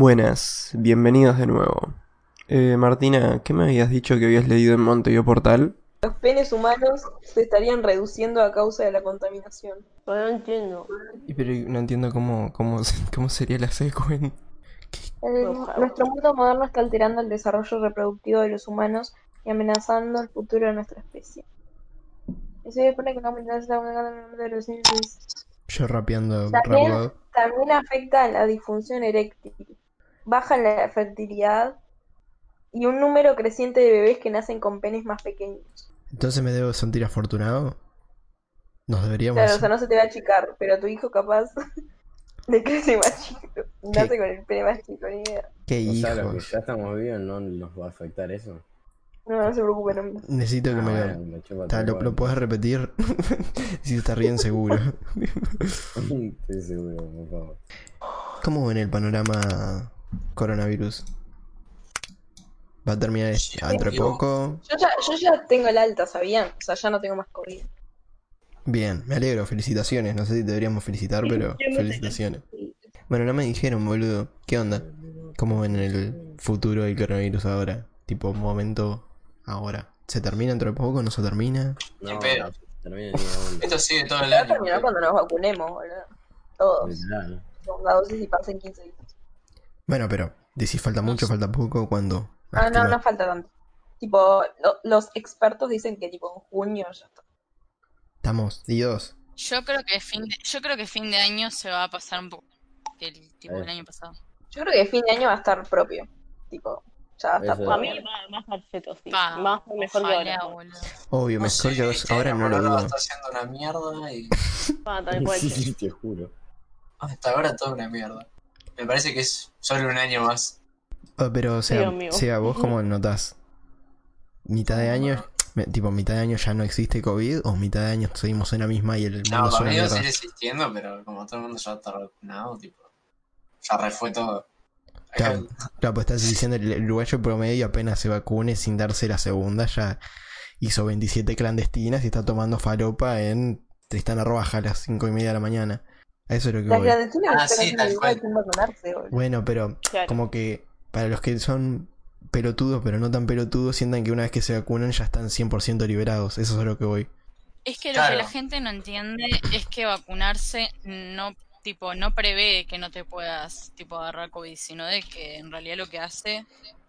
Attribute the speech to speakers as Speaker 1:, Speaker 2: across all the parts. Speaker 1: Buenas, bienvenidos de nuevo. Eh, Martina, ¿qué me habías dicho que habías leído en Montevideo Portal?
Speaker 2: Los penes humanos se estarían reduciendo a causa de la contaminación.
Speaker 3: Pero Pues no entiendo.
Speaker 1: Y pero no entiendo cómo, cómo, cómo sería la secuen.
Speaker 2: El- nuestro mundo moderno está alterando el desarrollo reproductivo de los humanos y amenazando el futuro de nuestra especie. Eso se supone que no amenaza el número de los índices.
Speaker 4: Yo rapeando
Speaker 2: También,
Speaker 4: rápido.
Speaker 2: también afecta a la disfunción eréctil, baja la fertilidad y un número creciente de bebés que nacen con penes más pequeños.
Speaker 4: Entonces me debo sentir afortunado. Nos deberíamos.
Speaker 2: Claro, o sea, no se te va a achicar, pero tu hijo capaz le crece más chico. Nace con el pene más chico, ni idea.
Speaker 4: Qué
Speaker 5: O sea, los que
Speaker 4: hijos.
Speaker 5: ya estamos vivos no nos va a afectar eso.
Speaker 2: No, no se preocupen, hombres.
Speaker 4: Necesito que
Speaker 5: Ah,
Speaker 4: me
Speaker 5: bueno,
Speaker 4: lo.
Speaker 5: me chupa todo
Speaker 4: Ta, ¿Lo,
Speaker 5: igual.
Speaker 4: lo puedes repetir? si estás bien seguro.
Speaker 5: Estoy seguro, por favor.
Speaker 4: ¿Cómo ven el panorama coronavirus? ¿Va a terminar este- dentro de poco?
Speaker 2: Yo ya, yo ya tengo el alta, ¿sabían? O sea, ya no tengo más COVID.
Speaker 4: Bien, me alegro, felicitaciones. No sé si deberíamos felicitar, pero felicitaciones. Bueno, no me dijeron, boludo. ¿Qué onda? ¿Cómo ven el futuro del coronavirus ahora? Tipo, momento ahora. ¿Se termina dentro de poco? ¿No se termina?
Speaker 5: No,
Speaker 6: Ni pedo.
Speaker 5: no, termina ni la onda.
Speaker 6: Esto sigue todo el
Speaker 2: Ya
Speaker 6: año.
Speaker 2: terminó cuando nos vacunemos, boludo. Todos.
Speaker 5: Literal.
Speaker 2: Con la dosis y pasen 15 días.
Speaker 4: Bueno, pero decís falta mucho, falta poco, ¿cuándo?
Speaker 2: Ah, no,
Speaker 4: Lástima.
Speaker 2: no falta tanto. Tipo, lo- los expertos dicen que tipo en junio ya está.
Speaker 4: Estamos, Dios.
Speaker 7: Yo creo que fin de, yo creo que fin de año se va a pasar un poco que el tipo del año pasado.
Speaker 2: Yo creo que fin de año va a estar propio. Tipo, ya está.
Speaker 5: Eso.
Speaker 2: todo
Speaker 3: Para mí
Speaker 2: bien.
Speaker 3: va más falseto, sí.
Speaker 7: Pa,
Speaker 3: Va a ser mejor que
Speaker 7: ojalá,
Speaker 3: ahora.
Speaker 7: boludo.
Speaker 4: Obvio,
Speaker 6: No
Speaker 4: mejor
Speaker 6: sé,
Speaker 4: que vos.
Speaker 6: este
Speaker 4: Ahora
Speaker 6: año
Speaker 4: no lo
Speaker 6: Corona
Speaker 4: dudo.
Speaker 6: está haciendo una mierda y
Speaker 3: Va, tal cual.
Speaker 5: Sí, te juro.
Speaker 6: hasta ahora todo una mierda. Me parece que es solo un año más.
Speaker 4: Ah, pero, o sea,
Speaker 3: Dios mío.
Speaker 4: sea, vos cómo notás. ¿Mitad de año? me- tipo, mitad de año ya no existe COVID o mitad de año seguimos en la misma y el mundo
Speaker 6: No,
Speaker 4: es
Speaker 6: para
Speaker 4: una
Speaker 6: mí va a
Speaker 4: mierda?
Speaker 6: seguir existiendo, pero como todo el mundo ya está vacunado, tipo, ya refue todo. Acá,
Speaker 4: Claro, claro, pues estás diciendo el el uruguayo promedio apenas se vacune sin darse la segunda, ya hizo 27 clandestinas y está tomando falopa en Tristana Robaja a las 5 y media de la mañana. A eso es lo que
Speaker 2: Las
Speaker 4: voy.
Speaker 2: clandestinas
Speaker 6: Ah,
Speaker 2: están
Speaker 6: sí,
Speaker 2: haciendo
Speaker 6: tal
Speaker 2: igual
Speaker 6: cual.
Speaker 2: sin vacunarse, boludo.
Speaker 4: Bueno, pero
Speaker 3: Claro.
Speaker 4: como que para los que son pelotudos, pero no tan pelotudos, sientan que una vez que se vacunan ya están 100% liberados. Eso es a lo que voy.
Speaker 7: Es que lo
Speaker 6: Claro.
Speaker 7: que la gente no entiende es que vacunarse no tipo no prevé que no te puedas tipo agarrar COVID, sino de que en realidad lo que hace
Speaker 6: es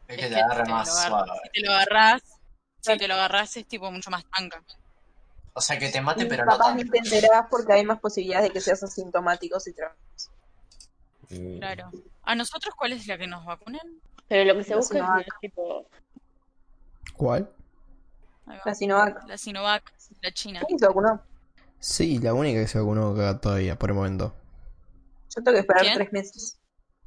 Speaker 7: es
Speaker 6: que
Speaker 7: que
Speaker 6: te agarre
Speaker 7: te
Speaker 6: más
Speaker 7: lo agarre.
Speaker 6: suave.
Speaker 7: si te lo agarras, si te lo agarras es tipo mucho más tanca.
Speaker 6: O sea, que te mate,
Speaker 2: Y
Speaker 6: pero no
Speaker 2: capaz
Speaker 6: tanto.
Speaker 2: ni te enterás porque hay más posibilidades de que seas asintomático si te
Speaker 5: Mm.
Speaker 7: Claro. ¿A nosotros cuál es la que nos vacunan?
Speaker 3: Pero lo que se
Speaker 2: No
Speaker 3: busca
Speaker 2: se va.
Speaker 3: es que, tipo.
Speaker 4: ¿Cuál?
Speaker 7: Ahí va.
Speaker 2: La Sinovac.
Speaker 7: La Sinovac, la China.
Speaker 2: ¿Quién se vacunó?
Speaker 4: Sí, la única que se vacunó acá todavía, por el momento.
Speaker 2: Yo tengo que esperar
Speaker 7: ¿Quién?
Speaker 2: tres meses.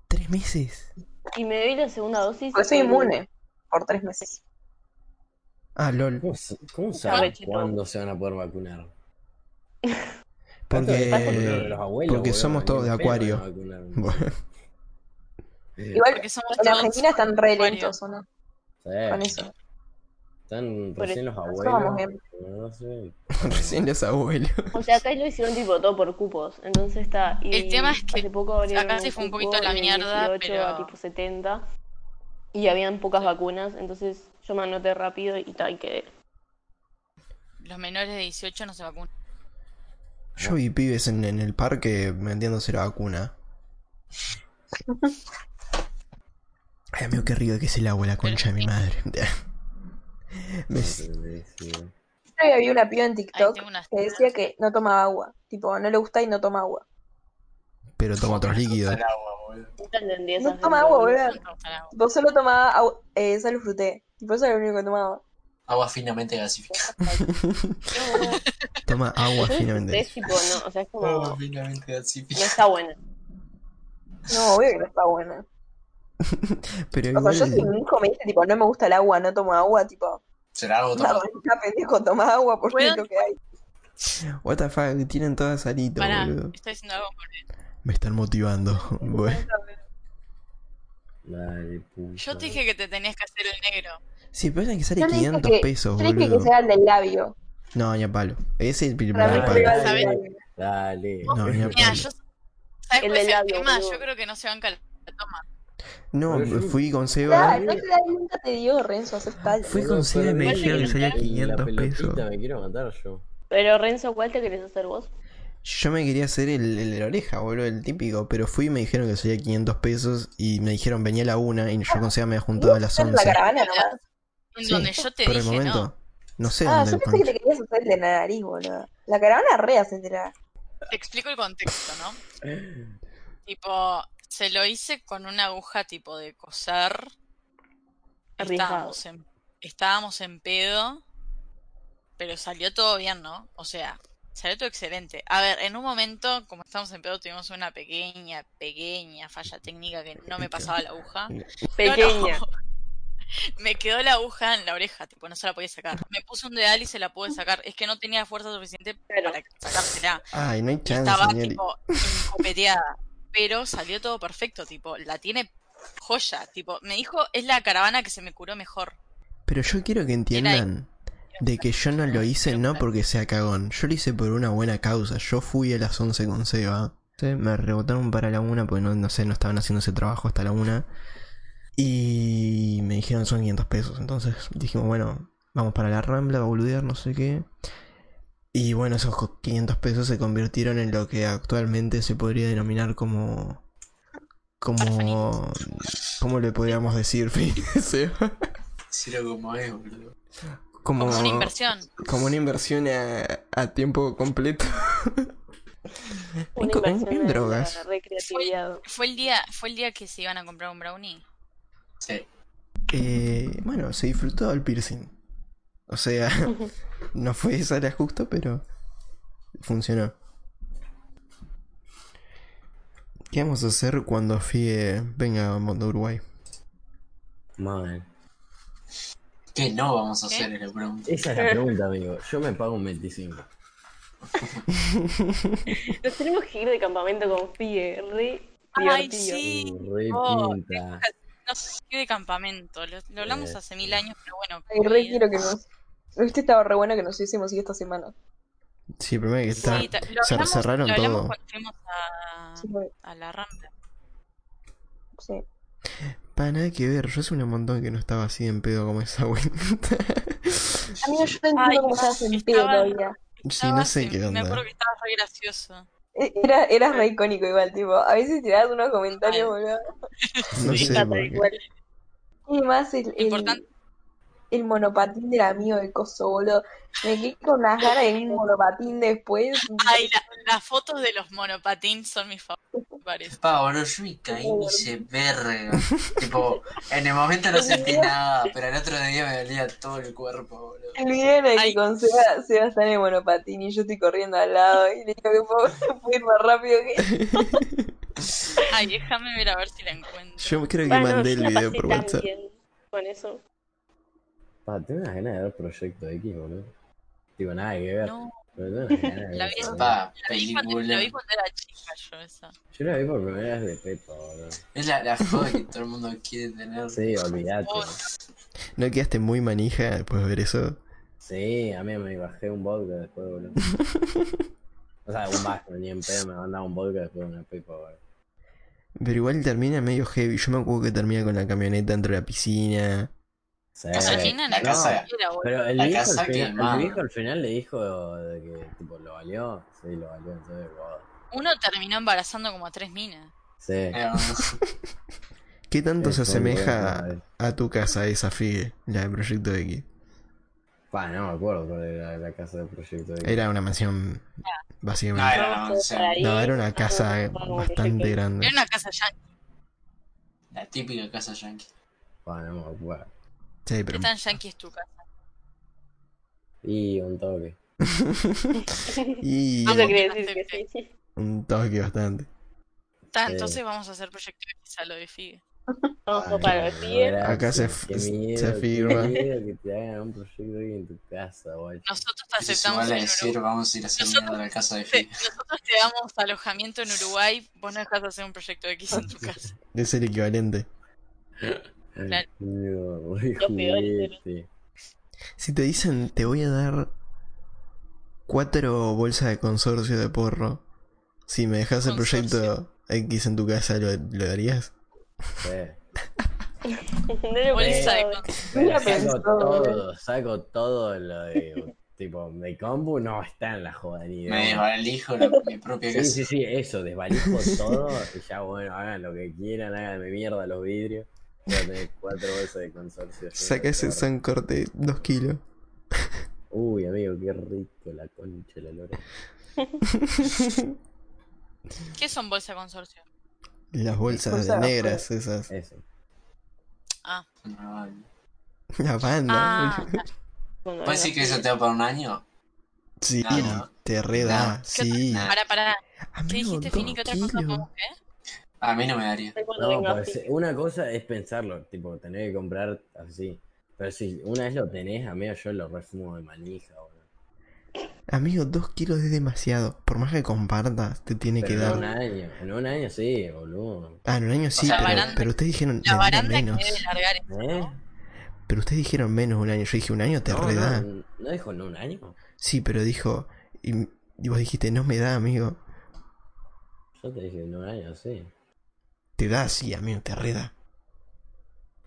Speaker 4: ¿Tres meses?
Speaker 3: Y me doy la segunda dosis.
Speaker 2: Porque soy
Speaker 3: y-
Speaker 2: inmune por tres meses.
Speaker 4: Ah, LOL.
Speaker 5: ¿Cómo, s- cómo saben
Speaker 3: rechito.
Speaker 5: cuándo se van a poder vacunar? Tanto que están con
Speaker 4: Porque...
Speaker 5: los abuelos,
Speaker 4: porque
Speaker 5: boludo,
Speaker 4: somos
Speaker 5: ni
Speaker 4: todos de
Speaker 5: en pedo
Speaker 4: Acuario.
Speaker 5: van a vacunar. Eh,
Speaker 4: Bueno,
Speaker 2: Igual
Speaker 7: Porque somos
Speaker 2: en
Speaker 7: todos
Speaker 2: Argentina están re
Speaker 7: varios.
Speaker 2: lentos, ¿o no?
Speaker 5: Sí,
Speaker 2: Con eso.
Speaker 5: Están
Speaker 3: Por
Speaker 5: recién los
Speaker 2: Nosotros vamos
Speaker 5: abuelos.
Speaker 2: bien.
Speaker 5: No sé.
Speaker 4: recién los abuelos.
Speaker 3: O sea, acá lo hicieron tipo todo por cupos. Entonces está. Y
Speaker 7: El tema es que
Speaker 3: hace poco abrieron
Speaker 7: acá sí fue un
Speaker 3: cupo
Speaker 7: poquito a la
Speaker 3: de
Speaker 7: mierda,
Speaker 3: 18 a
Speaker 7: pero-
Speaker 3: tipo 70. Y habían pocas vacunas. Entonces yo me anoté rápido y tal, quedé.
Speaker 7: los menores de 18 no se vacunan.
Speaker 4: Yo vi pibes en, en el parque metiéndose la vacuna. Ay, amigo, qué río que es el agua, la concha de mi madre. Me-
Speaker 5: Sí, sí.
Speaker 2: Yo había una piba en
Speaker 7: Ahí
Speaker 2: TikTok
Speaker 7: tengo unas
Speaker 2: que decía que no tomaba agua. Tipo, no le gusta y no toma agua.
Speaker 4: Pero toma otros líquidos.
Speaker 6: El agua, boludo.
Speaker 3: Nunca entendí
Speaker 2: No
Speaker 3: esas
Speaker 2: toma
Speaker 3: dos
Speaker 2: agua,
Speaker 3: cosas.
Speaker 2: boludo. Tipo, solo tomaba agua, eh, sal fruté. Tipo, eso era lo único que tomaba.
Speaker 6: Agua finamente gasificada.
Speaker 4: Toma agua
Speaker 3: Entonces,
Speaker 4: finalmente.
Speaker 3: Es tipo, no, o sea, es como.
Speaker 6: Agua
Speaker 7: Oh,
Speaker 3: No
Speaker 6: finamente gasificada.
Speaker 3: está buena.
Speaker 2: No, obvio que no está buena.
Speaker 4: Pero
Speaker 2: O sea,
Speaker 4: igual,
Speaker 2: yo si mi hijo me dice, tipo, no me gusta el agua, no tomo agua, tipo,
Speaker 6: Será algo
Speaker 2: no,
Speaker 6: tomado.
Speaker 2: está pendejo, toma agua porque es lo que hay.
Speaker 4: what the fuck, tienen todas salito,
Speaker 7: Pará,
Speaker 4: boludo.
Speaker 7: estoy haciendo algo mal.
Speaker 4: Me están motivando. Bueno.
Speaker 5: Dale, puta.
Speaker 7: Yo te dije que te tenías que hacer el negro.
Speaker 4: Sí, pero es que sale
Speaker 2: Yo le dije
Speaker 4: 500
Speaker 2: que-
Speaker 4: pesos,
Speaker 2: Yo dije que
Speaker 4: boludo.
Speaker 2: sea el del labio.
Speaker 4: No, ni a palo. Ese es el primer
Speaker 2: Para mí
Speaker 5: Ah,
Speaker 2: que
Speaker 4: palo.
Speaker 2: era el del
Speaker 7: ¿sabes?
Speaker 2: labio.
Speaker 5: Dale.
Speaker 4: No, ni a
Speaker 7: Mira,
Speaker 4: palo.
Speaker 7: yo. ¿Sabes
Speaker 3: El
Speaker 7: cuál es
Speaker 3: del
Speaker 7: el
Speaker 3: labio,
Speaker 7: tema?
Speaker 3: boludo.
Speaker 7: Yo creo que no se banca la toma.
Speaker 4: No,
Speaker 5: Pero yo-
Speaker 4: fui con Seba.
Speaker 2: Claro, no te da nunca te dio, Renzo, aceptalo.
Speaker 4: Fui con Seba y me dijeron que salía 500 pesos.
Speaker 5: Me quiero matar yo.
Speaker 3: Pero Renzo, ¿cuál te querés hacer vos?
Speaker 4: Yo me quería hacer el, el de la oreja, boludo, el típico, pero fui y me dijeron que salía 500 pesos y me dijeron venía a la una y yo con Seba me había juntado a las
Speaker 2: ¿Hacer
Speaker 4: 11.
Speaker 2: la caravana nomás?
Speaker 7: En
Speaker 4: Sí,
Speaker 7: donde yo te
Speaker 4: por el
Speaker 7: dije,
Speaker 4: momento.
Speaker 7: no,
Speaker 4: No sé
Speaker 2: Ah,
Speaker 4: dónde
Speaker 2: yo
Speaker 4: lo
Speaker 2: pensé que
Speaker 4: concha.
Speaker 2: te querías hacer el de la nariz, boludo. La caravana re ascenderá.
Speaker 7: te explico el contexto, ¿no? Tipo, se lo hice con una aguja tipo de coser.
Speaker 3: Arriesgado.
Speaker 7: Estábamos en, estábamos en pedo, pero salió todo bien, ¿no? O sea, salió todo excelente. A ver, en un momento, como estábamos en pedo, tuvimos una pequeña, pequeña falla técnica que no me pasaba la aguja. No, no.
Speaker 3: Pequeña.
Speaker 7: Me quedó la aguja en la oreja, tipo, no se la podía sacar. Me puse un dedal y se la pude sacar. Es que no tenía fuerza suficiente
Speaker 3: Claro.
Speaker 7: para sacársela.
Speaker 4: Ay, no hay
Speaker 7: Y
Speaker 4: chance,
Speaker 7: estaba
Speaker 4: señor.
Speaker 7: tipo encopeteada. Pero salió todo perfecto, tipo, la tiene joya, tipo, me dijo, es la caravana que se me curó mejor.
Speaker 4: Pero yo quiero que entiendan de que yo no lo hice no porque sea cagón. Yo lo hice por una buena causa. Yo fui a las 11 con Seba. Sí, Me rebotaron para la una porque no, no sé, no estaban haciendo ese trabajo hasta la una. Y me dijeron son 500 pesos. Entonces dijimos, bueno, vamos para la rambla, a boludear, no sé qué. Y bueno, esos co- 500 pesos se convirtieron en lo que actualmente se podría denominar como... Como... ¿Cómo le podríamos decir, Fede? Seba?
Speaker 6: Decirlo como es, boludo.
Speaker 4: Como,
Speaker 7: Como una inversión.
Speaker 4: como una inversión a, a tiempo completo.
Speaker 3: Una
Speaker 4: co-
Speaker 3: inversión
Speaker 4: en
Speaker 3: en
Speaker 4: drogas.
Speaker 3: la recreatividad.
Speaker 7: Fue el día, fue el día que se iban a comprar un brownie.
Speaker 6: Sí.
Speaker 4: Eh, bueno, se disfrutó el piercing. O sea, no fue esa la justo, pero funcionó. ¿Qué vamos a hacer cuando Fie venga a Mondo Uruguay?
Speaker 5: Mal.
Speaker 6: ¿Qué no vamos a
Speaker 7: ¿Qué?
Speaker 6: hacer? Era pregunta.
Speaker 5: Esa es la pregunta, amigo. Yo me pago un 25.
Speaker 3: Nos tenemos que ir de campamento con Fie, re
Speaker 7: Ay,
Speaker 3: divertido.
Speaker 7: sí.
Speaker 5: Uh, Re
Speaker 7: Oh,
Speaker 5: pinta.
Speaker 7: No sé qué de campamento. Lo, lo hablamos
Speaker 5: Eh.
Speaker 7: hace mil años, pero bueno.
Speaker 2: Ay, re
Speaker 7: COVID.
Speaker 2: quiero que nos. Viste, estaba re bueno que nos hicimos y esta semana.
Speaker 4: Sí, primero que está.
Speaker 7: Sí, ta- lo
Speaker 4: cer-
Speaker 7: hablamos-
Speaker 4: cerraron
Speaker 7: lo hablamos
Speaker 4: todo.
Speaker 7: cuando fuimos a,
Speaker 2: Sí, re-
Speaker 7: a la rampa.
Speaker 2: sí.
Speaker 4: Para nada que ver, yo hace un montón que no estaba así en pedo como esa vuelta.
Speaker 2: Amigo, yo no entiendo cómo estabas en pedo
Speaker 7: estaba-
Speaker 2: todavía.
Speaker 4: sí, no sé qué
Speaker 7: Me
Speaker 4: onda.
Speaker 7: acuerdo que estaba re gracioso.
Speaker 2: E- Era, eras re icónico igual, tipo. A veces tirabas unos comentarios, boludo.
Speaker 4: No
Speaker 5: Sí,
Speaker 4: sé
Speaker 3: está
Speaker 4: por
Speaker 3: tal
Speaker 4: qué.
Speaker 3: cual.
Speaker 2: Y más el, el,
Speaker 7: Importante.
Speaker 2: el monopatín del amigo de coso, boludo. Me quedé con las ganas de un monopatín después.
Speaker 7: Ay, la- las fotos de los monopatín son mis favoritos.
Speaker 6: Pa, boludo, yo me caí y hice verga. tipo, en el momento no sentí nada, pero el otro día me dolía todo el cuerpo, boludo.
Speaker 2: El video en el que
Speaker 7: Ay.
Speaker 2: con Seba, Seba está en el monopatín y yo estoy corriendo al lado y le digo que puedo, puedo ir más rápido que
Speaker 7: Ay, déjame ver a ver si la encuentro.
Speaker 4: Yo creo que
Speaker 3: Bueno,
Speaker 4: mandé
Speaker 3: yo
Speaker 4: el
Speaker 3: la
Speaker 4: video
Speaker 3: pasé
Speaker 4: por
Speaker 3: tan
Speaker 4: WhatsApp.
Speaker 3: bien con eso.
Speaker 5: Pa, tengo unas ganas de ver Proyecto X, boludo. Digo, nada que ver.
Speaker 7: No,
Speaker 5: Pero tengo unas ganas de
Speaker 7: La
Speaker 5: ver
Speaker 7: vi
Speaker 5: esa
Speaker 7: en-
Speaker 5: mierda.
Speaker 6: Pa,
Speaker 7: la vi, cuando, la vi
Speaker 6: película.
Speaker 7: cuando era chica yo esa.
Speaker 5: Yo la vi por primera vez de Pepa, boludo.
Speaker 6: Es la, la joda que todo el mundo quiere tener.
Speaker 5: Sí, olvidate.
Speaker 7: Oh.
Speaker 4: ¿No quedaste muy manija después de ver eso?
Speaker 5: Sí, a mí me bajé un vodka después, boludo. O sea, un vaso, ni en pedo me mandaba un vodka después de una Pepa, boludo.
Speaker 4: Pero igual termina medio heavy. Yo me acuerdo que termina con la camioneta dentro de la piscina.
Speaker 5: Sí.
Speaker 6: La
Speaker 4: eh,
Speaker 7: Al
Speaker 6: casa-
Speaker 7: final
Speaker 6: la
Speaker 7: no,
Speaker 6: casa-
Speaker 7: era, boludo.
Speaker 5: Pero el
Speaker 6: la
Speaker 5: viejo,
Speaker 6: casa
Speaker 5: al final,
Speaker 6: quemada.
Speaker 5: el viejo al final le dijo de que tipo lo valió. Sí, lo valió, entonces, wow.
Speaker 7: Uno terminó embarazando como a tres minas.
Speaker 5: Sí.
Speaker 6: Era un-
Speaker 4: ¿Qué tanto se
Speaker 5: Sí,
Speaker 4: asemeja
Speaker 5: bueno,
Speaker 4: a, a tu casa esa Figue, la de Proyecto X?
Speaker 5: Pa, no me acuerdo cuál era la casa del proyecto. X.
Speaker 4: Era una mansión
Speaker 6: No,
Speaker 7: Ah.
Speaker 4: básicamente.
Speaker 6: era una
Speaker 3: Vamos todos
Speaker 6: mansión.
Speaker 3: para ahí.
Speaker 4: No, era una
Speaker 3: Vamos
Speaker 4: casa
Speaker 3: todos para un
Speaker 4: bastante
Speaker 3: proyecto.
Speaker 4: grande.
Speaker 7: Era una casa yankee.
Speaker 6: La típica casa yankee.
Speaker 5: Pa, no me acuerdo.
Speaker 4: Sí, pero
Speaker 7: ¿Qué tan yankee es tu casa?
Speaker 5: Y un toque.
Speaker 4: y
Speaker 3: Eso
Speaker 7: Aunque-
Speaker 3: quiere decir que sí.
Speaker 4: un toque bastante.
Speaker 7: Ta,
Speaker 5: Sí.
Speaker 7: entonces vamos a hacer proyecto X a lo de Figue.
Speaker 5: Ah,
Speaker 3: Ojo para los pies.
Speaker 4: Acá se- se firma.
Speaker 5: Qué miedo que te hagan un proyecto X en tu casa, guacho.
Speaker 7: Nosotros te
Speaker 6: Eso es
Speaker 7: aceptamos
Speaker 6: igual a
Speaker 7: en
Speaker 6: decir,
Speaker 7: Uruguay.
Speaker 6: vamos a ir a hacer
Speaker 7: Nosotros-
Speaker 6: mierda a la casa de
Speaker 7: Te-
Speaker 6: Fi.
Speaker 7: Nosotros te damos alojamiento en Uruguay, vos no dejas de hacer un proyecto X en tu casa.
Speaker 4: Es el equivalente.
Speaker 7: Claro.
Speaker 5: No, re
Speaker 3: Lo peor es
Speaker 5: juguete.
Speaker 4: Si te dicen, te voy a dar cuatro bolsas de consorcio de porro. Si me dejas el
Speaker 7: Consorcio.
Speaker 4: proyecto X en tu casa, ¿lo, lo darías?
Speaker 5: Sí.
Speaker 3: Bolsa de con-
Speaker 5: Pero
Speaker 2: Nunca
Speaker 5: saco
Speaker 2: pensó,
Speaker 5: todo, saco todo lo de. tipo, mi compu no está en la joda ni
Speaker 6: Me
Speaker 5: idea.
Speaker 6: desvalijo la- mi propia
Speaker 5: Sí,
Speaker 6: casa.
Speaker 5: sí, sí, eso, desvalijo todo y ya, bueno, hagan lo que quieran, háganme mierda los vidrios. Voy a tener cuatro bolsas de consorcio.
Speaker 4: Saca ese son corte 2 kilos.
Speaker 5: Uy, amigo, qué rico la concha de la lora.
Speaker 7: ¿Qué son bolsa consorcio?
Speaker 4: Las bolsas
Speaker 2: O sea,
Speaker 4: negras esas.
Speaker 5: Eso.
Speaker 7: Ah,
Speaker 6: No, vale.
Speaker 4: La banda.
Speaker 7: Ah,
Speaker 4: boludo.
Speaker 3: Bueno,
Speaker 6: ¿Puedes decir que eso te da para un año?
Speaker 4: Sí,
Speaker 6: Claro.
Speaker 4: te reda.
Speaker 6: Claro.
Speaker 4: Sí.
Speaker 6: Nah.
Speaker 7: para, para. ¿Qué
Speaker 4: Amigo,
Speaker 7: dijiste,
Speaker 4: dos
Speaker 7: Fini? ¿Qué otra cosa
Speaker 4: kilos.
Speaker 7: podemos ver?
Speaker 6: A mí no me daría.
Speaker 3: cuando
Speaker 5: No,
Speaker 3: venga
Speaker 5: pues,
Speaker 3: Fili.
Speaker 5: una cosa es pensarlo, tipo, tener que comprar así. Pero si una vez lo tenés, amigo, yo lo refumo de manija, boludo.
Speaker 4: Amigo, dos kilos es demasiado. Por más que compartas, te tiene
Speaker 5: Pero
Speaker 4: que
Speaker 5: en
Speaker 4: dar.
Speaker 5: un año, en un año sí, boludo.
Speaker 4: Ah, en un año sí,
Speaker 7: sea,
Speaker 4: pero,
Speaker 7: baranda-
Speaker 4: pero ustedes dijeron
Speaker 7: La
Speaker 4: me dura
Speaker 7: baranda que
Speaker 4: menos.
Speaker 7: debe largar eso,
Speaker 5: ¿Eh?
Speaker 7: ¿no?
Speaker 4: Pero ustedes dijeron menos un año. Yo dije un año te
Speaker 5: No,
Speaker 4: reda.
Speaker 5: no, no dijo en un año.
Speaker 4: Sí, pero dijo. Y, y vos dijiste, no me da, amigo.
Speaker 5: Yo te dije en un año, sí.
Speaker 4: Te da, sí, amigo, te reda.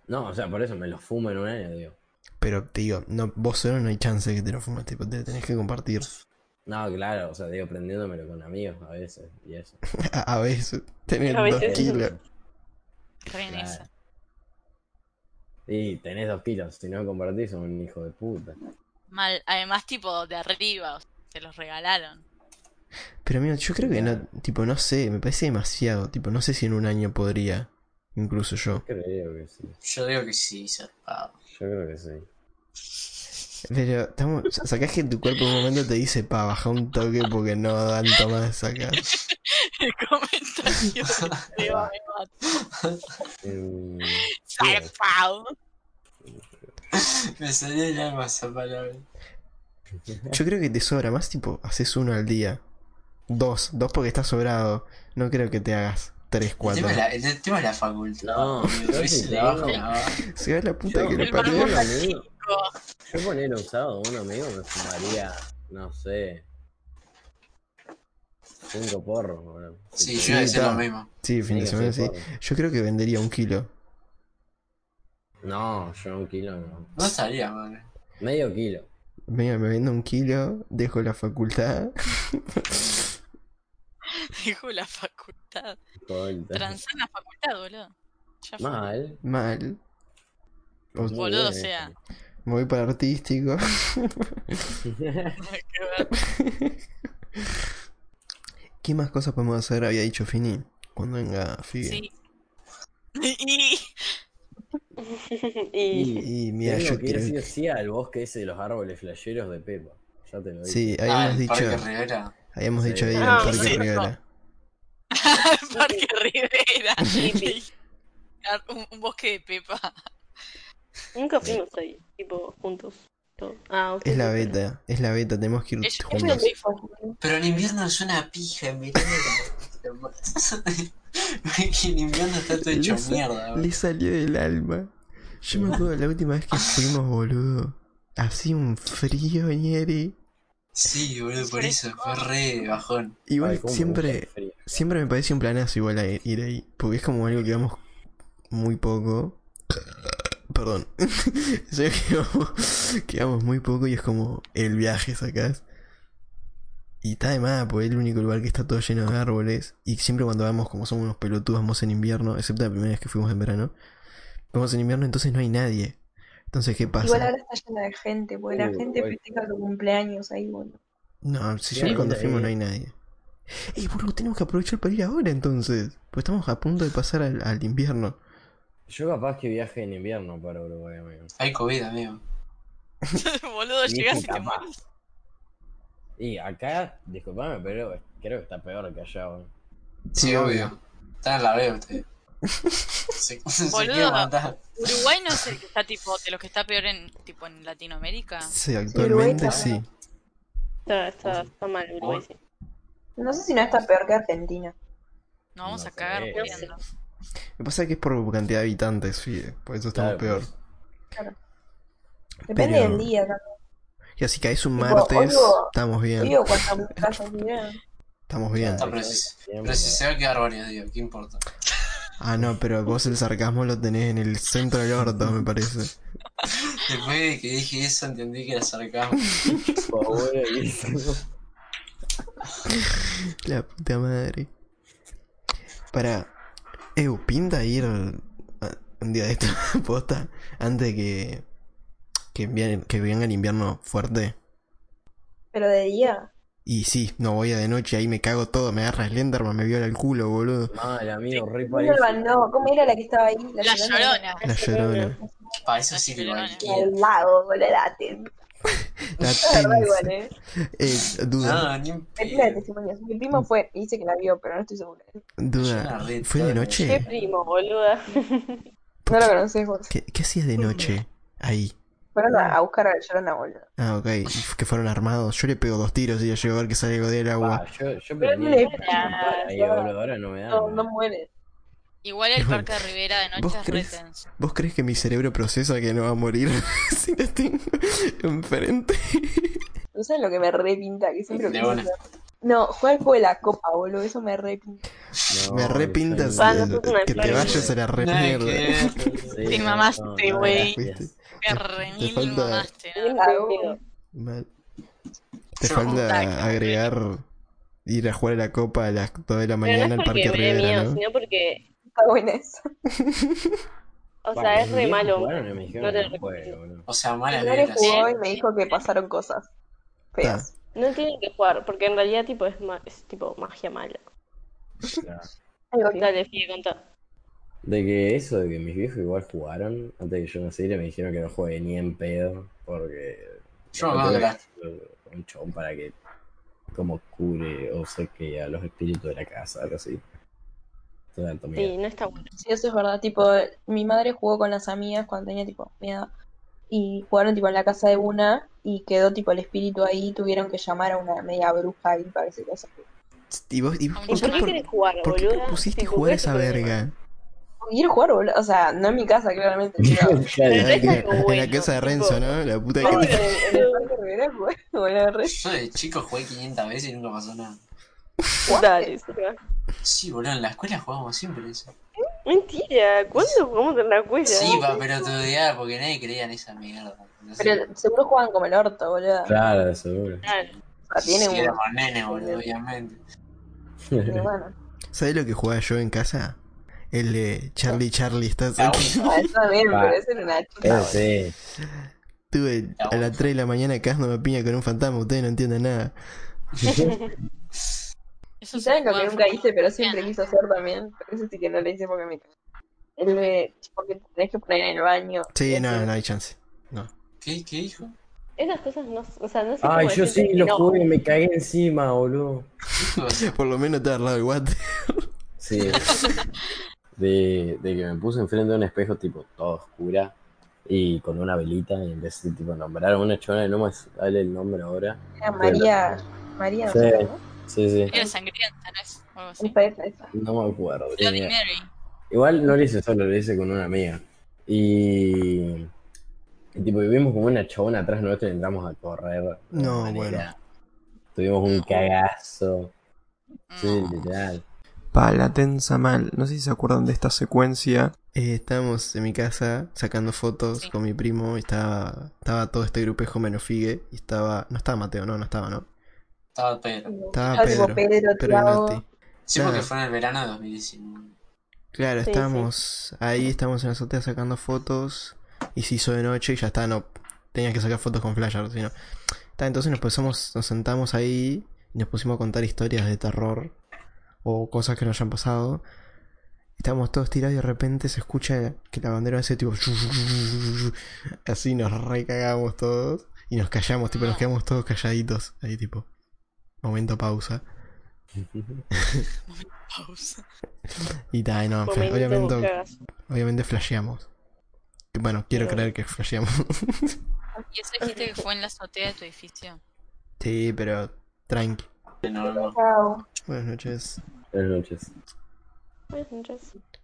Speaker 5: No, o sea, por eso me lo fumo en un año, digo.
Speaker 4: Pero te digo, no, vos solo no hay chance de que te lo fumes, tipo, te lo tenés que compartir.
Speaker 5: No, claro, o sea, digo, prendiéndomelo con amigos a veces y eso.
Speaker 4: A, a veces, tenés
Speaker 3: A
Speaker 4: dos
Speaker 3: veces.
Speaker 4: kilos.
Speaker 7: Está bien
Speaker 5: Claro.
Speaker 7: esa.
Speaker 5: Y tenés dos kilos, si no compartís, sos un hijo de puta.
Speaker 7: Mal. Además, tipo, de arriba, o sea, te los regalaron.
Speaker 4: Pero amigo, yo creo que no, tipo, no sé, me parece demasiado. Tipo, no sé si en un año podría. Incluso yo.
Speaker 5: Creo que sí,
Speaker 6: Yo digo que sí, zarpado.
Speaker 5: yo creo que sí.
Speaker 4: Pero estamos, sa- sacás que tu cuerpo en un momento te dice, pa, baja un toque porque no dan más acá.
Speaker 7: El comentario de Seba me mató.
Speaker 5: Mm,
Speaker 7: Zarpado.
Speaker 6: Me salió el alma esa palabra.
Speaker 4: Yo creo que te sobra más, tipo, haces uno al día. Dos, dos porque estás sobrado. No creo que te hagas tres,
Speaker 6: El
Speaker 4: cuatro.
Speaker 6: tema, es la, el, tema es la facultad.
Speaker 5: No, yo
Speaker 6: amigo. Yo
Speaker 5: sí
Speaker 6: hice la
Speaker 5: tengo.
Speaker 6: baja, la baja.
Speaker 4: Se va la puta
Speaker 5: Yo-
Speaker 4: que lo
Speaker 7: el
Speaker 4: parió.
Speaker 7: barbón-
Speaker 5: yo ponele-
Speaker 7: Chico,
Speaker 5: Yo poner usado a un amigo me fumaría, no sé, cinco porros, boludo.
Speaker 6: Sí,
Speaker 5: Sí,
Speaker 6: yo iba a decir
Speaker 4: está.
Speaker 6: lo mismo.
Speaker 4: Sí, fin de
Speaker 5: Tenía
Speaker 4: semana
Speaker 5: que ser
Speaker 4: sí.
Speaker 5: porro.
Speaker 4: Yo creo que vendería un kilo.
Speaker 5: No, yo un kilo no.
Speaker 6: No estaría, madre.
Speaker 5: Medio kilo.
Speaker 4: Venga, me vendo un kilo, dejo la facultad.
Speaker 7: Dijo la facultad.
Speaker 5: Corta.
Speaker 7: Transar la facultad, boludo. Ya fue.
Speaker 5: Mal.
Speaker 4: Mal. O-
Speaker 5: Muy
Speaker 7: Boludo,
Speaker 5: bien
Speaker 7: o sea.
Speaker 5: eso.
Speaker 4: me voy para artístico.
Speaker 7: Qué ver-
Speaker 4: ¿Qué más cosas podemos hacer? Había dicho Fini. Cuando venga Figue.
Speaker 7: Sí. Y
Speaker 3: y
Speaker 4: Y mira,
Speaker 5: Tengo
Speaker 4: yo
Speaker 5: que ir
Speaker 4: quiero.
Speaker 5: sí o sí al bosque ese de los árboles flasheros de Pepa. Ya te lo digo.
Speaker 4: Sí,
Speaker 6: Ah,
Speaker 4: habíamos
Speaker 6: el Parque
Speaker 4: dicho.
Speaker 6: Rivera.
Speaker 4: Habíamos
Speaker 5: Sí.
Speaker 4: dicho ahí en
Speaker 3: Ah,
Speaker 4: el Parque
Speaker 7: sí,
Speaker 4: Rivera.
Speaker 7: al Parque Rivera.
Speaker 3: Hippie.
Speaker 7: un, un bosque de pepa.
Speaker 3: nunca fuimos ahí, tipo, juntos. todo. Ah,
Speaker 4: Es
Speaker 3: ustedes
Speaker 4: la
Speaker 3: no fueron.
Speaker 4: beta, es la beta, tenemos que ir
Speaker 7: Es- es la
Speaker 4: juntos.
Speaker 7: beta.
Speaker 6: Pero en invierno es una pija, en verano como- Que en invierno está todo hecho
Speaker 4: Lisa-
Speaker 6: mierda. boludo.
Speaker 4: Le salió del alma. Yo me acuerdo la última vez que fuimos, boludo. Así un frío, ñeri.
Speaker 6: Sí, boludo, por eso. Fue re bajón.
Speaker 5: Ay,
Speaker 4: Igual
Speaker 5: cómo me gusta
Speaker 4: siempre,
Speaker 5: el frío.
Speaker 4: siempre me parece un planazo igual a ir, ir ahí. Porque es como algo que vamos muy poco. Perdón. Es algo que vamos, que vamos muy poco y es como el viaje, sacás. Y está de más, porque es el único lugar que está todo lleno de árboles. Y siempre cuando vamos, como somos unos pelotudos, vamos en invierno, excepto la primera vez que fuimos en verano. Vamos en invierno, entonces no hay nadie. Entonces, ¿qué pasa?
Speaker 2: Igual ahora está llena de gente, porque la
Speaker 5: Uh,
Speaker 2: gente
Speaker 5: hoy.
Speaker 2: festeja tu cumpleaños ahí, bueno.
Speaker 4: No, si
Speaker 5: Sí,
Speaker 4: yo
Speaker 5: hay
Speaker 4: cuando
Speaker 5: gente
Speaker 4: fuimos
Speaker 5: ahí.
Speaker 4: no hay nadie. Ey, boludo, tenemos que aprovechar para ir ahora entonces. Pues estamos a punto de pasar al, al invierno.
Speaker 5: Yo capaz que viaje en invierno para Uruguay, amigo.
Speaker 6: Hay COVID, amigo.
Speaker 7: boludo,
Speaker 5: Y
Speaker 7: llegás
Speaker 5: es
Speaker 7: y te
Speaker 5: capaz.
Speaker 7: morís.
Speaker 5: Y acá, disculpame, pero creo que está peor que allá, boludo.
Speaker 6: Sí,
Speaker 4: Sí, obvio.
Speaker 6: obvio. Está en la B usted. Se, se
Speaker 7: Boludo.
Speaker 6: quiere matar.
Speaker 7: Uruguay no es el que está tipo de los que está peor en tipo en Latinoamérica.
Speaker 4: Sí, actualmente
Speaker 2: Uruguay
Speaker 4: sí.
Speaker 3: Está, está, está mal, Uruguay, sí.
Speaker 2: No sé si no está peor que Argentina.
Speaker 7: Nos vamos
Speaker 5: No
Speaker 7: a cagar
Speaker 5: sé.
Speaker 7: muriendo.
Speaker 4: Lo que pasa es que es por cantidad de habitantes, sí, por eso estamos
Speaker 5: Claro,
Speaker 4: peor.
Speaker 5: pues.
Speaker 2: Depende
Speaker 4: Pero-
Speaker 2: del día, también.
Speaker 4: Y así caes un
Speaker 2: Tipo,
Speaker 4: martes,
Speaker 2: obvio-
Speaker 4: estamos bien,
Speaker 2: Digo, cuando me caso, mirá.
Speaker 4: estamos bien.
Speaker 6: Está, pero si, pero si se va a quedar varios días, ¿qué importa?
Speaker 4: Ah, no, pero vos el sarcasmo lo tenés en el centro del orto, me parece.
Speaker 6: Después de que dije eso, entendí que era sarcasmo.
Speaker 5: Por favor, avísalo.
Speaker 4: La puta madre. Para. Eu, pinta ir a- un día de esto, posta, antes de que. Que, envíen- que venga el invierno fuerte.
Speaker 2: Pero de día.
Speaker 4: Y sí, no voy a de noche, ahí me cago todo, me agarra Slenderman, me viola el culo, boludo.
Speaker 5: No, el amigo, re
Speaker 2: Minerva
Speaker 5: parece.
Speaker 2: no, ¿cómo era la que estaba ahí?
Speaker 7: La llorona.
Speaker 4: La llorona.
Speaker 6: Para eso sí lo
Speaker 7: Llorona.
Speaker 2: La
Speaker 6: valía.
Speaker 2: del lago, boludo, la ten.
Speaker 4: La
Speaker 2: Verdad,
Speaker 4: tensa.
Speaker 2: igual, eh.
Speaker 4: Eh, duda,
Speaker 6: No, ni un
Speaker 2: Hay pila de
Speaker 6: pedo.
Speaker 2: testimonios. Mi primo fue y dice que la vio, pero no estoy segura.
Speaker 4: duda.
Speaker 6: Yo la
Speaker 4: ¿Fue de
Speaker 6: reto,
Speaker 3: Qué
Speaker 4: noche?
Speaker 3: primo, boluda.
Speaker 2: No la conoces vos.
Speaker 4: ¿Qué, qué hacías de noche? Ahí.
Speaker 2: Fueron a, a buscar a la llorona, boludo.
Speaker 4: Ah, ok. Que fueron armados. Yo le pego dos tiros y ya llego a ver que sale algo del agua.
Speaker 5: Ah, yo, yo
Speaker 2: Pero
Speaker 5: prendí
Speaker 2: le-
Speaker 5: el campana ahí, boludo, ahora no me da.
Speaker 2: No,
Speaker 5: nada.
Speaker 2: no mueres.
Speaker 7: Igual el parque de Rivera de
Speaker 4: ¿Vos
Speaker 7: noche es
Speaker 4: crees?
Speaker 7: retenso.
Speaker 4: ¿Vos crees que mi cerebro procesa que no va a morir si la tengo enfrente?
Speaker 2: No saben lo que me repinta, que siempre lo
Speaker 6: De
Speaker 2: pienso
Speaker 6: una.
Speaker 2: hacer. No, jugar el juego de la copa, boludo, eso me repinta.
Speaker 5: No,
Speaker 4: me repintas
Speaker 5: soy-
Speaker 3: Bueno, sos una
Speaker 4: que te
Speaker 3: enferma.
Speaker 4: vayas a la re
Speaker 6: Nada que
Speaker 4: mierda.
Speaker 6: ver.
Speaker 5: Sí,
Speaker 7: Te
Speaker 5: no,
Speaker 7: mamaste,
Speaker 5: no,
Speaker 7: güey.
Speaker 5: gracias.
Speaker 7: Que remil
Speaker 4: falta-
Speaker 7: mamaste, ¿no?
Speaker 2: Ah, bueno.
Speaker 4: Mal. Te
Speaker 6: Yo,
Speaker 4: falta
Speaker 7: puta,
Speaker 4: agregar ir a jugar a la copa a las 2 de la
Speaker 3: Pero
Speaker 4: mañana
Speaker 3: no es
Speaker 4: al
Speaker 3: porque
Speaker 4: Parque
Speaker 3: me dé
Speaker 4: Rivera,
Speaker 3: miedo,
Speaker 4: ¿no?
Speaker 3: sino porque.
Speaker 2: Está buena eso.
Speaker 3: O
Speaker 5: Bueno,
Speaker 3: sea, es re
Speaker 5: bien,
Speaker 3: malo.
Speaker 5: jugaron y me dijeron
Speaker 3: No te
Speaker 5: que
Speaker 3: lo
Speaker 5: juegue,
Speaker 3: recomiendo.
Speaker 5: boludo.
Speaker 6: O sea,
Speaker 2: Mi
Speaker 6: mala
Speaker 2: madre
Speaker 6: vibra.
Speaker 2: jugó y me dijo que pasaron cosas feas.
Speaker 3: No tienen que jugar, porque en realidad tipo es, ma- es tipo magia mala.
Speaker 5: Ya.
Speaker 2: Algo que-
Speaker 3: Dale, fíjate contá.
Speaker 5: De que eso, de que mis viejos igual jugaron, antes de que yo naciera, me dijeron que no juegue ni en pedo, porque.
Speaker 6: Yo me acuerdo que era-
Speaker 5: Un chabón para que. Como cure o seque a los espíritus de la casa, algo así. Toda la
Speaker 3: Sí, no está bueno.
Speaker 2: Sí, eso es verdad. Tipo, mi madre jugó con las amigas cuando tenía tipo miedo. Y jugaron tipo en la casa de una y quedó tipo el espíritu ahí. Tuvieron que llamar a una media bruja ahí para que se cosa.
Speaker 4: ¿Y vos, y vos-
Speaker 7: ¿Y
Speaker 3: ¿Y
Speaker 4: vos
Speaker 3: por qué
Speaker 4: por,
Speaker 3: querés jugar,
Speaker 4: por qué
Speaker 3: boluda?
Speaker 4: te pusiste
Speaker 3: Si
Speaker 4: a jugar
Speaker 3: jugaste
Speaker 4: esa
Speaker 3: por-
Speaker 4: verga?
Speaker 2: Quiero jugar, boludo. O sea, no en mi casa, claramente. pero-
Speaker 3: Pero no
Speaker 5: mierda.
Speaker 3: es
Speaker 4: En la-
Speaker 3: algo
Speaker 4: en la
Speaker 3: bueno,
Speaker 4: casa de
Speaker 3: tipo-
Speaker 4: Renzo, ¿no? La puta que
Speaker 2: Obvio,
Speaker 4: te...
Speaker 2: en el Parque Rivera jugué, boludo, re.
Speaker 6: Yo de chico jugué 500 veces y nunca pasó nada.
Speaker 3: Dale, Seba.
Speaker 6: Sí, boludo, en la escuela jugábamos siempre eso.
Speaker 3: Mentira, ¿cuándo jugamos en la escuela?
Speaker 6: Sí, va, pero te odiaba porque nadie creía en esa mierda. No sé.
Speaker 2: Pero seguro juegan como el orto, boludo.
Speaker 5: Claro, de seguro.
Speaker 3: Dale.
Speaker 2: O sea, tienen
Speaker 6: sí,
Speaker 2: un.
Speaker 6: éramos nenes, boludo, obviamente.
Speaker 2: y bueno,
Speaker 4: ¿Sabés lo que jugaba yo en casa? El de Charlie Charlie, estás
Speaker 6: La
Speaker 4: aquí.
Speaker 2: ah, eso también,
Speaker 5: Va.
Speaker 2: pero eso era una chica.
Speaker 5: Eso sí.
Speaker 4: Estuve
Speaker 6: La
Speaker 4: a las 3 de la mañana cagándome piña con un fantasma, ustedes no entienden nada.
Speaker 7: Eso
Speaker 2: Y
Speaker 7: se
Speaker 2: saben lo
Speaker 7: juega
Speaker 2: que
Speaker 7: de
Speaker 2: nunca
Speaker 7: forma
Speaker 2: hice, pero siempre
Speaker 7: cotidiana.
Speaker 2: quise hacer también. Pero eso sí que no lo hice porque me cago. El de. Porque te tenés que poner en el baño.
Speaker 4: Sí, no, no hay chance. No.
Speaker 6: ¿Qué, ¿Qué dijo?
Speaker 3: Esas cosas no, o sea, no sé
Speaker 5: Ay,
Speaker 3: cómo
Speaker 5: yo
Speaker 3: decirte
Speaker 5: sí
Speaker 3: que
Speaker 5: lo
Speaker 3: no.
Speaker 5: jugué y me cagué encima, boludo.
Speaker 6: ¿Qué cosa?
Speaker 4: Por lo menos estaba al lado del guate.
Speaker 5: Sí. De, de que me puse enfrente de un espejo tipo todo oscura y con una velita y empecé tipo a nombrar a una chona y no me sale el nombre ahora.
Speaker 2: Era María. María, no
Speaker 5: Sí.
Speaker 2: sé, ¿no?
Speaker 5: Sí, sí.
Speaker 7: Era sangrienta, ¿no es? O algo así.
Speaker 2: Esa, esa, esa.
Speaker 5: No me acuerdo. ni
Speaker 7: Bloody
Speaker 5: idea.
Speaker 7: Mary.
Speaker 5: Igual no lo hice solo, lo hice con una amiga. Y, y tipo vivimos como una chabona atrás nuestro y entramos a correr. de
Speaker 4: No,
Speaker 5: manera.
Speaker 4: bueno.
Speaker 5: Tuvimos un cagazo. Sí,
Speaker 7: Mm.
Speaker 5: literal.
Speaker 1: Pa, la tensa mal. No sé si se acuerdan de esta secuencia.
Speaker 4: Eh, estábamos en mi casa sacando fotos
Speaker 7: Sí.
Speaker 4: con mi primo. y Estaba, estaba todo este grupejo menos Figue. Y estaba. No estaba Mateo, no, no estaba, no.
Speaker 6: Estaba Pedro.
Speaker 4: Estaba
Speaker 2: Estaba tipo
Speaker 4: Pedro.
Speaker 2: Pedro,
Speaker 4: Pero y
Speaker 2: Tiago.
Speaker 4: Nati.
Speaker 6: Sí, porque
Speaker 4: Nada.
Speaker 6: fue en el verano de 2019.
Speaker 4: Claro,
Speaker 3: Sí,
Speaker 4: estábamos ahí, estábamos en la azotea sacando fotos. Y se hizo de noche y ya está, no. Tenías que sacar fotos con flasher, si no. Está, entonces nos pusimos, nos sentamos ahí y nos pusimos a contar historias de terror o cosas que nos hayan pasado. Estábamos todos tirados y de repente se escucha que la bandera hace tipo. Así nos recagamos todos y nos callamos, tipo, nos quedamos todos calladitos. Ahí, tipo. Momento pausa.
Speaker 7: Pausa.
Speaker 4: Y ta, y no, fla-
Speaker 3: Momento
Speaker 4: obviamente,
Speaker 3: cagazo.
Speaker 4: obviamente flasheamos. Que, Bueno, quiero
Speaker 3: Pero-
Speaker 4: creer que flasheamos.
Speaker 7: Y eso dijiste que fue en la azotea de tu edificio.
Speaker 4: sí, pero tranqui.
Speaker 6: De nuevo.
Speaker 2: Chao.
Speaker 4: Buenas noches.
Speaker 5: Buenas noches.
Speaker 3: Buenas noches.